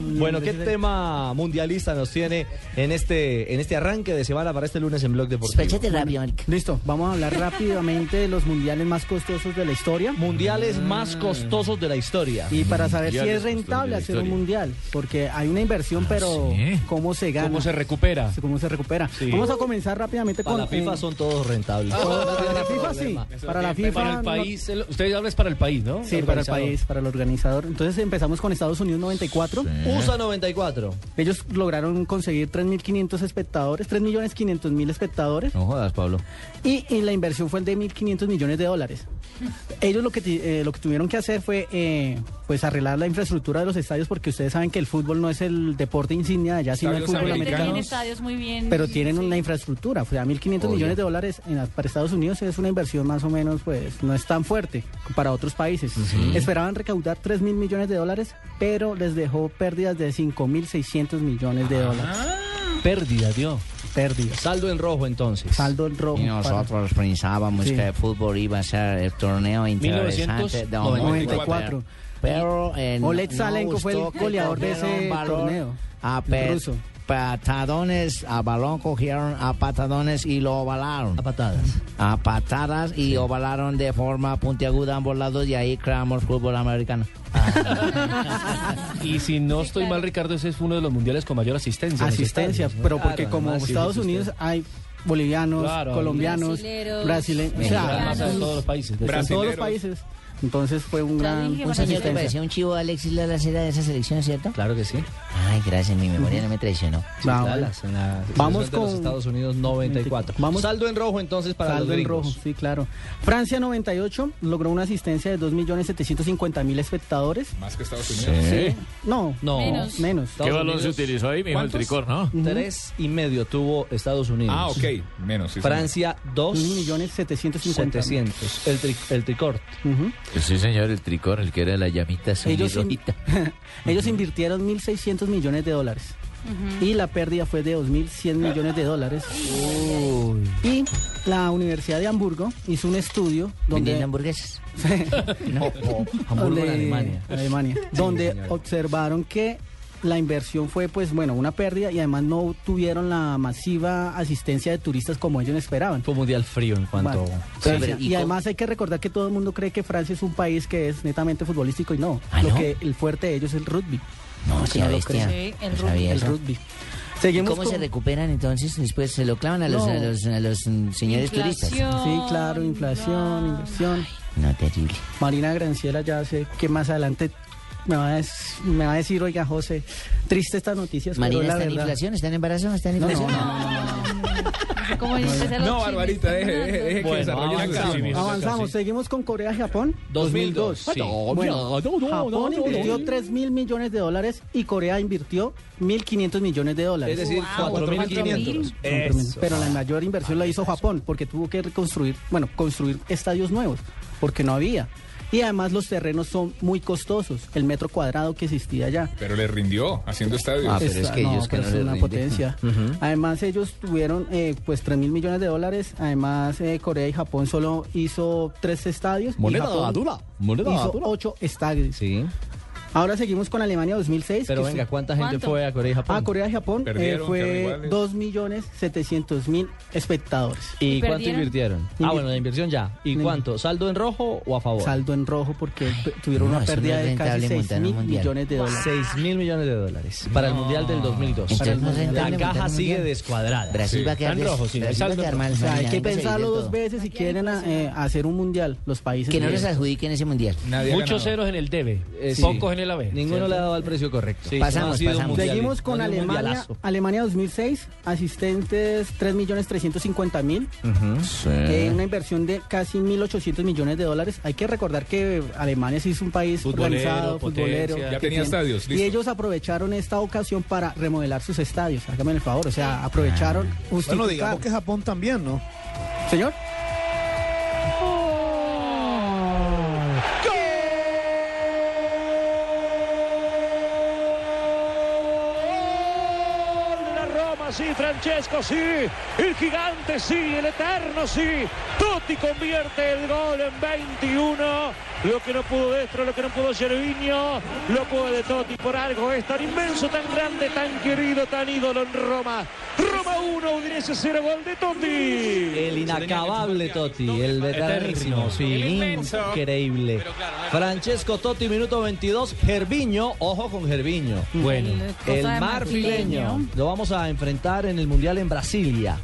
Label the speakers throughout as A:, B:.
A: Bueno, ¿qué tema mundialista nos tiene en este, en este arranque de semana para este lunes en Blog Deportivo?
B: Espéchate rápido, marica.
C: Listo, vamos a hablar rápidamente de los mundiales más costosos de la historia Ah.
A: Mundiales más costosos de la historia.
C: y para saber si es rentable hacer un mundial, porque hay una inversión, pero ¿cómo se gana?
D: ¿Cómo se recupera?
C: ¿Cómo se recupera? Vamos a comenzar rápidamente
A: Para
C: con... Ah.
A: la FIFA
C: eh,
A: son todos rentables.
C: Para la FIFA sí, para la FIFA...
E: Ah,
D: Para el
C: no-
D: país, el- usted habla es para el país, ¿no?
C: Sí, para el
D: Organizador.
C: país, para el organizador. Entonces empezamos con Estados Unidos 94.
A: USA 94.
C: Ellos lograron conseguir 3.500 espectadores, 3.500.000 espectadores.
F: No jodas, Pablo.
C: Y, y la inversión fue de 1.500 millones de dólares. Ellos lo que, ti- eh, lo que tuvieron que hacer fue eh, pues arreglar la infraestructura de los estadios porque ustedes saben que el fútbol no es el deporte insignia de allá, sino el
D: Estadios
C: fútbol
D: americanos.
C: americano.
G: tienen estadios muy bien.
C: Pero tienen una infraestructura, o sea, 1.500 millones de dólares en la- para Estados Unidos es una inversión más o menos, pues no es tan fuerte como para otros países. Esperaban recaudar 3.000 millones de dólares, pero les dejó pérdidas de 5.600 millones de dólares.
A: Pérdida, Dios.
C: Pérdidas.
A: Saldo en rojo entonces.
C: Saldo en rojo.
F: Y
C: para-
F: nosotros pensábamos
C: Sí.
F: que el fútbol iba a ser el torneo interesante de
C: 1994.
F: Pero eh, no-
C: Oleg
F: no
C: Salenko fue el
F: gustó que
C: goleador de
F: cogieron
C: ese
F: balón
C: torneo,
F: A
C: el
F: pe-
C: ruso.
F: patadones, a balón cogieron a patadones y lo ovalaron.
A: A patadas.
F: A patadas y ovalaron de forma puntiaguda ambos lados y ahí creamos fútbol americano.
C: Ah,
F: Ah,
D: Y si no estoy mal, Ricardo, ese es uno de los mundiales con mayor asistencia. en los
C: asistencia,
D: estadios, ¿no?
C: pero porque como Estados Unidos hay bolivianos,
D: Claro,
C: colombianos,
G: brasileros,
C: brasileños, o sea,
D: Además, en todos los países.
C: en todos los países. Entonces fue un gran
G: dije,
C: una
F: Un señor que
C: asistencia.
F: parecía un chivo Alexis Lalas era de esa selección, ¿cierto?
A: Claro que sí.
F: Ay, gracias, mi memoria no me traicionó.
C: Vamos.
A: Dallas, en la selección
C: Vamos
A: de los
C: con-
A: Estados Unidos 94.
C: Vamos-
A: Saldo en rojo entonces para
C: Saldo
A: los
C: en
A: gringos.
C: rojo, sí, claro. Francia 98 logró una asistencia de 2.750.000 espectadores.
E: Más que Estados Unidos.
C: No,
A: No.
G: Menos.
C: menos.
A: Estados Unidos,
D: utilizó ahí, mijo? El tricor, ¿no?
A: Tres y medio tuvo Estados Unidos.
E: Ah, ok. Menos. sí,
A: Francia 2
C: 1.750.000.
A: 700. El, tri- el tricort.
C: Ujú.
F: Pues Sí, señor, el tricor, el que era la llamita
C: Ellos, in- ellos invirtieron 1.600 millones de dólares. Y la pérdida fue de 2.100 millones de dólares. Y la Universidad de Hamburgo hizo un estudio
F: ¿Vendían
C: donde...
F: hamburguesas?
A: Hamburgo en
C: donde-
A: Alemania.
C: Alemania, donde observaron que la inversión fue, pues bueno, una pérdida y además no tuvieron la masiva asistencia de turistas como ellos esperaban.
A: Fue mundial frío en cuanto.
C: Vale.
F: Sí,
C: Sí,
F: pero
C: sí.
F: ¿y
C: y,
F: cómo?
C: además hay que recordar que todo el mundo cree que Francia es un país que es netamente futbolístico y no.
F: ¿Ah,
C: lo
F: no?
C: que el fuerte de ellos es el rugby.
F: No, sí,
C: no lo
F: bestia.
C: creo.
G: Sí, el
F: No
G: rugby.
F: sabía
C: El
F: eso.
C: rugby.
F: ¿Y
C: Seguimos
F: cómo se
C: con-
F: recuperan entonces? Después se lo clavan a los,
C: No.
F: a los, a los, mm, señores turistas.
C: Sí, claro, inflación, inversión.
F: No, terrible.
C: Marina Granciera ya sé que más adelante me va a, des- me va a decir, oiga, José, triste estas noticias. pero
F: Marina
C: es la
F: está en
C: verdad".
F: inflación, está en embarazo, está en
C: No,
F: inflación.
C: no, no, no, no,
G: ¿Cómo dices
E: No, Barbarita, deje, deje, deje que
A: Bueno,
E: desarrolle la
A: avanzamos.
E: canción.
C: no. Avanzamos, seguimos con Corea-Japón.
A: 2002. sí.
C: Bueno, Japón invirtió 3 mil millones de dólares y Corea invirtió 1.500 millones de dólares.
A: Es decir,
G: Wow,
A: 4.500.
C: Compromiso. Pero la mayor inversión la hizo Japón porque tuvo que reconstruir, bueno, construir estadios nuevos porque no había. Y además los terrenos son muy costosos, el metro cuadrado que existía allá.
E: Pero le rindió haciendo estadios.
F: Ah, pero es que ellos que
C: pero
F: no
C: es
F: les
C: una
F: rinde.
C: potencia. Además ellos tuvieron eh, pues 3 mil millones de dólares. Además eh, Corea y Japón solo hizo tres estadios. y
A: Moneda
C: Japón
A: dura, moneda
C: hizo
A: dura.
C: ocho estadios.
A: Sí.
C: Ahora seguimos con Alemania 2006.
A: Pero
C: que
A: venga,
C: su-
A: ¿cuánta gente
G: ¿Cuánto?
A: fue a Corea y Japón?
C: Ah, Corea y Japón eh,
E: Perdieron, quedaron
C: fue
E: iguales.
C: 2.700.000 espectadores.
A: ¿Y cuánto
G: ¿Perdieron?
A: invirtieron? Ah, bueno, la inversión ya. ¿Y
C: Invi-
A: cuánto? ¿Saldo en rojo o a favor?
C: Saldo en rojo porque pe- tuvieron
F: no,
C: una
F: eso no
C: pérdida
F: es
C: de casi
F: rentable
C: 6
F: montar un
C: mil
F: mundial.
C: millones de dólares.
A: 6 mil millones de dólares para el Mundial del 2002.
F: Entonces, no
A: Para el-
F: rentable
A: la
F: montar
A: caja
F: un
A: sigue
F: mundial.
A: descuadrada.
F: Brasil va a quedar,
A: Está en
F: des-
A: rojo, sí,
F: Brasil va a
A: saldo en
F: quedar
A: rojo.
F: mal.
C: O sea, hay
F: Marina,
C: que
F: venga,
C: pensarlo
F: seguirle
C: dos
F: todo.
C: veces si quieren a- eh, hacer un mundial los países.
F: Que no les
C: líderes.
F: adjudiquen ese mundial.
E: Nadie ha
D: Muchos
E: ganado.
D: ceros en el debe,
A: Eh, sí.
D: pocos en el nadie la ve.
A: Ninguno
D: ¿cierto?
A: le ha dado al precio correcto.
D: Sí,
F: Pasamos,
A: ha sido un
F: pasamos.
A: mundial-
C: Seguimos con
A: ha sido un
C: Alemania.
A: mundialazo.
C: Alemania 2006, asistentes 3.350.000, eh, una inversión de casi 1.800 millones de dólares. Hay que recordar que Alemania sí es un país
D: Futbolero,
C: organizado,
D: potencia.
C: futbolero.
D: Ya
C: que
E: tenía estadios,
C: Y
E: listo.
C: ellos aprovecharon esta ocasión para remodelar sus estadios. Hágame el favor, o sea, aprovecharon justificar.
B: Bueno, digamos que Japón también, ¿no?
C: Señor.
H: la Roma, sí, Francesco, sí, el gigante, sí, el eterno, sí. Totti convierte el gol en 21. Lo que no pudo Destro, lo que no pudo Gervinho, lo puede Totti. Por algo es tan inmenso, tan grande, tan querido, tan ídolo en Roma. Roma 1, Udinese 0, gol de Totti.
A: El inacabable Totti, el veteranísimo, sí, increíble. Francesco Totti, minuto 22, Gerviño, ojo con Gerviño.
D: Bueno,
G: Cosa de
A: El marfileño lo vamos a enfrentar en el Mundial en Brasilia,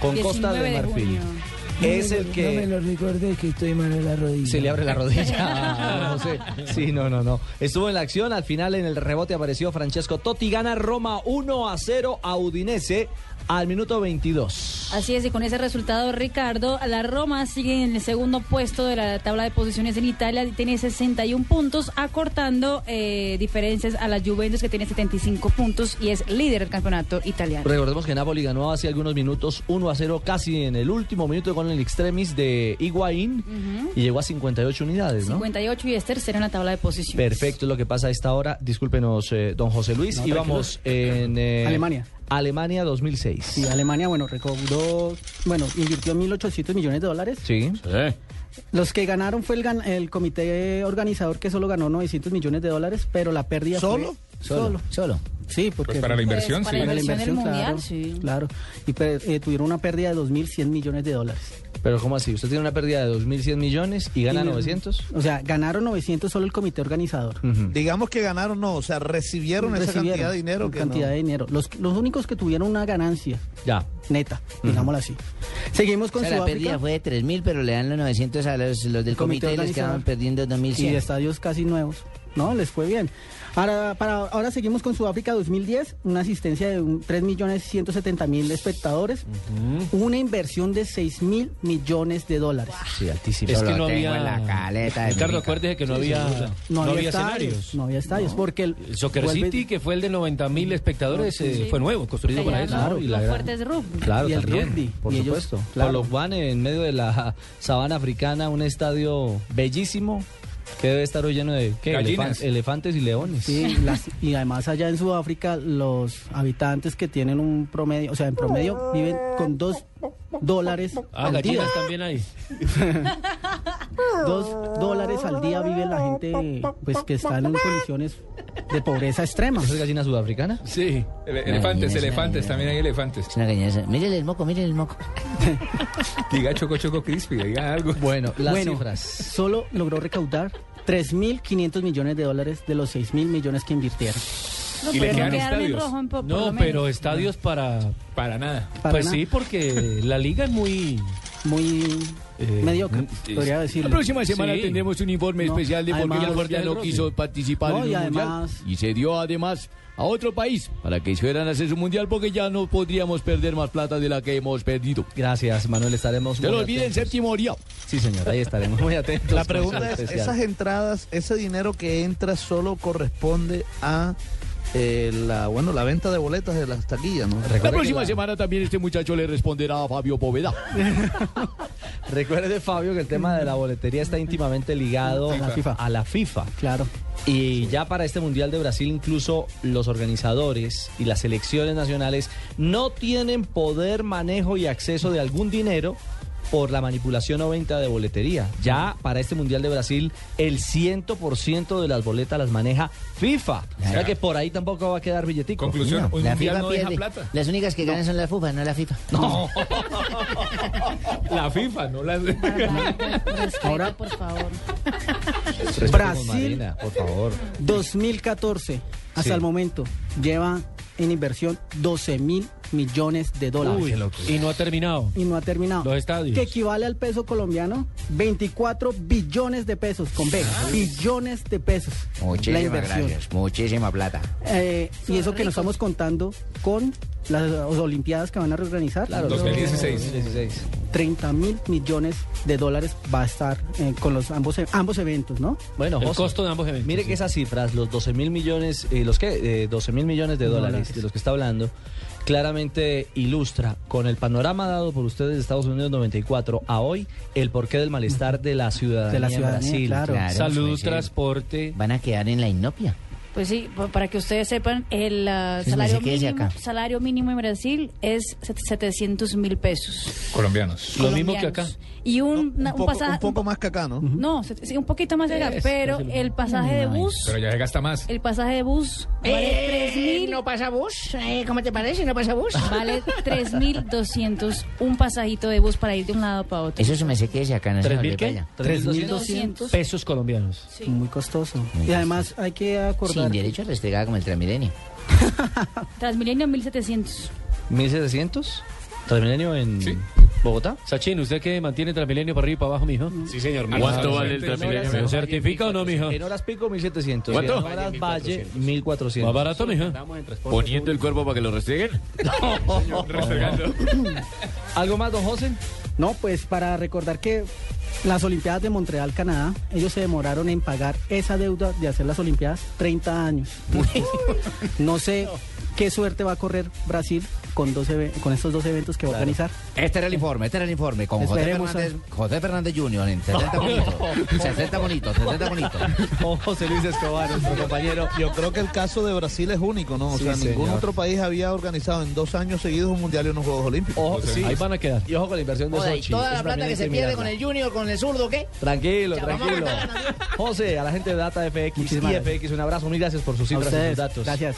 A: con Costa de
G: 19 de
A: Marfil.
G: junio.
A: Es el
B: No me
A: que
B: lo recuerdes que estoy mal en la rodilla.
A: se le abre la rodilla. No sé. Sí, no, no, no. Estuvo en la acción, al final en el rebote apareció Francesco Totti, gana Roma 1 a 0 a Udinese al minuto 22.
G: Así es, y con ese resultado, Ricardo, la Roma sigue en el segundo puesto de la tabla de posiciones en Italia y tiene 61 puntos, acortando eh, diferencias a la Juventus que tiene 75 puntos y es líder del campeonato italiano.
A: Recordemos que Napoli ganó hace algunos minutos 1 a 0 casi en el último minuto con el extremis de Higuaín y llegó a 58 unidades, ¿no?
G: 58 y es tercero en la tabla de posiciones.
A: Perfecto, es lo que pasa a esta hora. Discúlpenos, eh, don José Luis.
C: No,
A: y vamos en... eh,
C: Alemania.
A: Alemania 2006.
C: Sí, Alemania, bueno, recaudó, bueno, invirtió 1.800 millones de dólares.
A: Sí.
D: ¿eh?
C: Los que ganaron fue el, gan- el comité organizador que solo ganó 900 millones de dólares, pero la pérdida
B: ¿Solo?
C: fue... Solo.
F: Solo.
C: Sí, porque...
E: Pues para la
G: Pues
E: inversión,
G: para
E: sí.
C: Para la
G: Inversión del
C: inversión, claro,
G: mundial, sí.
C: claro. Y per- eh, tuvieron una pérdida de 2.100 millones de dólares.
A: Pero ¿cómo así? Usted tiene una pérdida de 2.100 millones y gana
C: Y, eh,
A: 900.
C: O sea, ganaron 900 solo el comité organizador.
B: Digamos que ganaron, no, o sea, recibieron, esa
C: Recibieron
B: cantidad de dinero.
C: una
B: Que
C: cantidad
B: no.
C: de dinero. Los, los únicos que tuvieron una ganancia
A: Ya.
C: neta, digámoslo así. Seguimos
F: O
C: con
F: sea, la pérdida
C: Sudáfrica.
F: fue de 3.000, pero le dan los 900 a los, los del
C: El comité
F: comité, y les
C: organizador.
F: quedaban perdiendo
C: y de
F: 2.100.
C: estadios casi nuevos. No, les fue bien. Ahora, para, ahora seguimos con Sudáfrica 2010, una asistencia de un- 3.170.000 espectadores, una inversión de 6.000 millones de dólares.
F: Sí, altísimo.
D: es que
F: Lo
D: no
F: tengo
D: había.
F: en la caleta. de
D: Ricardo,
F: mi
D: acuérdese que no había, no había escenarios.
C: No había estadios, porque el,
D: El Soccer
C: vuelve-
D: City, que fue el de 90 mil espectadores, eh, fue nuevo, construido para eso.
G: Claro,
A: y la gran- Pues,
G: fuertes rugby.
A: Claro,
C: Y el
A: también.
C: rugby,
A: por
C: y ellos,
A: supuesto.
C: claro.
A: Por los Juan en medio de la sabana africana, un estadio bellísimo que debe estar hoy lleno de ¿qué?
E: Gallinas.
A: Elefan- elefantes y leones.
C: Sí, las- y además allá en Sudáfrica los habitantes que tienen un promedio, o sea, en promedio viven con 2 dólares
D: Ah,
C: al día.
D: gallinas también hay.
C: Dos dólares al día vive la gente pues que está en condiciones de pobreza extrema.
A: ¿Es gallina sudafricana?
D: Sí.
E: Ele- elefantes,
F: Gallinas,
E: elefantes,
F: gallinas.
E: también hay elefantes.
F: Es una gallina. Mírenle el moco, mírenle el moco.
E: Diga Choco Choco Crispy, diga algo.
A: Bueno, las
C: bueno,
A: cifras.
C: solo logró recaudar 3.500 millones de dólares de los 6.000 millones que invirtieron.
G: No,
E: Y le
G: pero
E: quedan
G: quedaron en
E: estadios.
G: rojo en po- por lo
D: No,
G: menos.
D: pero estadios para.
E: Para nada.
C: Para
D: pues
C: nada.
D: sí, porque la liga es muy.
C: Muy
D: Eh,
C: mediocre,
D: es-
C: podría decirlo.
D: semana tendremos
H: un informe
C: No, especial de por qué además- el
D: Mundial no quiso
H: participar
C: No, en y un mundial. además-
H: Y se dio además a otro país para que hicieran hacer su mundial porque ya no podríamos perder más plata de la que hemos perdido.
A: Gracias, Manuel. Estaremos. muy atentos.
H: séptimo día.
A: Sí, señor, ahí estaremos muy atentos.
B: La pregunta es,
A: Especial.
B: ¿esas entradas, ese dinero que entra solo corresponde a eh, la, bueno, la venta de boletas de las taquillas, ¿no?
A: Recuerde que la-
H: semana también este muchacho le responderá a Fabio Poveda.
A: Recuerde, Fabio, que el tema de la boletería está íntimamente ligado
C: A la FIFA.
A: A la FIFA.
C: Claro.
A: Y ya para este Mundial de Brasil incluso los organizadores y las selecciones nacionales no tienen poder, manejo y acceso de algún dinero por la manipulación o venta de boletería. Ya para este Mundial de Brasil el 100% de las boletas las maneja FIFA. O sea
E: Claro.
A: que por ahí tampoco va a quedar billetico.
E: Conclusión, un
F: La
E: mundial
F: FIFA
E: no deja
F: pierde.
E: plata.
F: Las únicas que ganan son las FUFA, no la FIFA.
E: No. la FIFA, no la...
G: Respeta,
C: Ahora-
G: por favor.
A: Respetemos,
C: Brasil.
A: Marina, por favor.
C: 2014, hasta
A: Sí.
C: el momento, lleva en inversión 12.000 300 millones de dólares.
D: Uy, y no ha terminado.
C: Y no ha terminado.
D: Los estadios.
C: Que equivale al peso colombiano 24 billones de pesos, con B,
D: Ah.
C: billones de pesos. la
F: Muchísimas
C: inversión.
F: gracias, muchísima plata.
C: Eh, y eso que nos estamos contando con las Olimpiadas que van a reorganizar.
E: 2016.
A: 16.
C: 30 mil millones de dólares va a estar eh, con los ambos, e- ambos eventos, ¿no?
A: Bueno,
D: El
A: José,
D: costo de ambos eventos.
A: Mire
D: sí.
A: que esas cifras, los 12 mil millones, eh, los que 12 mil millones de dólares,
C: Dólares.
A: de los que está hablando, claramente ilustra con el panorama dado por ustedes de Estados Unidos 94 a hoy el porqué del malestar de la ciudadanía,
C: De la
A: en
C: ciudadanía,
A: Brasil.
C: claro.
F: Claro,
D: Salud,
F: pues, sí.
D: transporte.
F: Van a quedar en la inopia.
G: Pues sí, pa- para que ustedes sepan, el ah,
F: Sí,
G: salario,
F: sí, quédese
G: mínimo,
F: acá.
G: salario mínimo en Brasil es set- 700 mil pesos.
E: Colombianos.
D: Lo mismo que acá.
G: colombianos. Y
B: No,
G: un,
B: un,
G: na- un
B: poco,
G: pasaje.
B: un poco más que acá, ¿no?
G: No, se- sí, un poquito más allá,
D: Es,
G: pero
D: es el-
G: el pasaje de
F: Ay,
G: bus.
E: Pero ya se gasta más.
G: El pasaje de bus vale 3.000.
F: Eh, ¿No pasa bus? Eh, ¿Cómo te parece? ¿No pasa bus?
G: Vale 3.200 un pasajito de bus para ir de un lado para otro.
F: Eso se me sé que es acá. No se
D: ¿Tres
F: me
D: mil qué?
F: olvida.
A: 3.200.
D: Pesos colombianos.
G: Sí.
C: Muy costoso.
F: Muy
C: y además hay que acordar.
F: Sin derecho a la estregada como el Transmilenio.
G: Transmilenio 1.700.
A: 1.700. Transmilenio en
E: Sí.
A: Bogotá.
D: Sachin, ¿usted que mantiene Transmilenio para arriba y para abajo, mijo? Ah,
E: Sí, señor.
I: ¿Cuánto vale el Transmilenio?
D: ¿Se certifica o no, mijo?
A: En horas pico 1.700.
I: ¿Cuánto?
A: Y En horas valle 1.400.
D: Más barato, mijo.
I: ¿Poniendo el cuerpo para que lo restreguen?
A: ¿Algo más, don José?
C: No, pues para recordar que las Olimpiadas de Montreal, Canadá, ellos se demoraron en pagar esa deuda de hacer las Olimpiadas 30 años. no sé qué suerte va a correr Brasil con, 12 ve- con estos dos eventos que va a organizar.
F: Este era el informe, este era el informe. Con José
C: Esperemos
F: Fernández, José Fernández Jr. en 70 bonitos. 60 bonitos, 60 bonitos.
A: Don José Luis Escobar, nuestro compañero.
B: Yo creo que el caso de Brasil es único, ¿no? O
A: Sí,
B: sea, ningún
A: señor.
B: otro país había organizado en dos años seguidos un mundial y unos Juegos Olímpicos.
A: Ojo, sí.
D: Ahí van a quedar.
A: Y ojo con la inversión de
F: Joder, y
A: Sochi.
F: toda la
A: Eso
F: plata
A: también
F: que
A: hay
F: se pierde con
A: mirarla.
F: el Junior, con el zurdo, ¿qué?
A: Tranquilo,
F: Ya, vamos
A: tranquilo.
F: a ganar,
A: José, a la gente de Data FX y
C: Muchísimas gracias.
A: FX, un abrazo. Mil gracias por sus
C: A
A: cifras y sus
C: ustedes.
A: datos.
C: Gracias.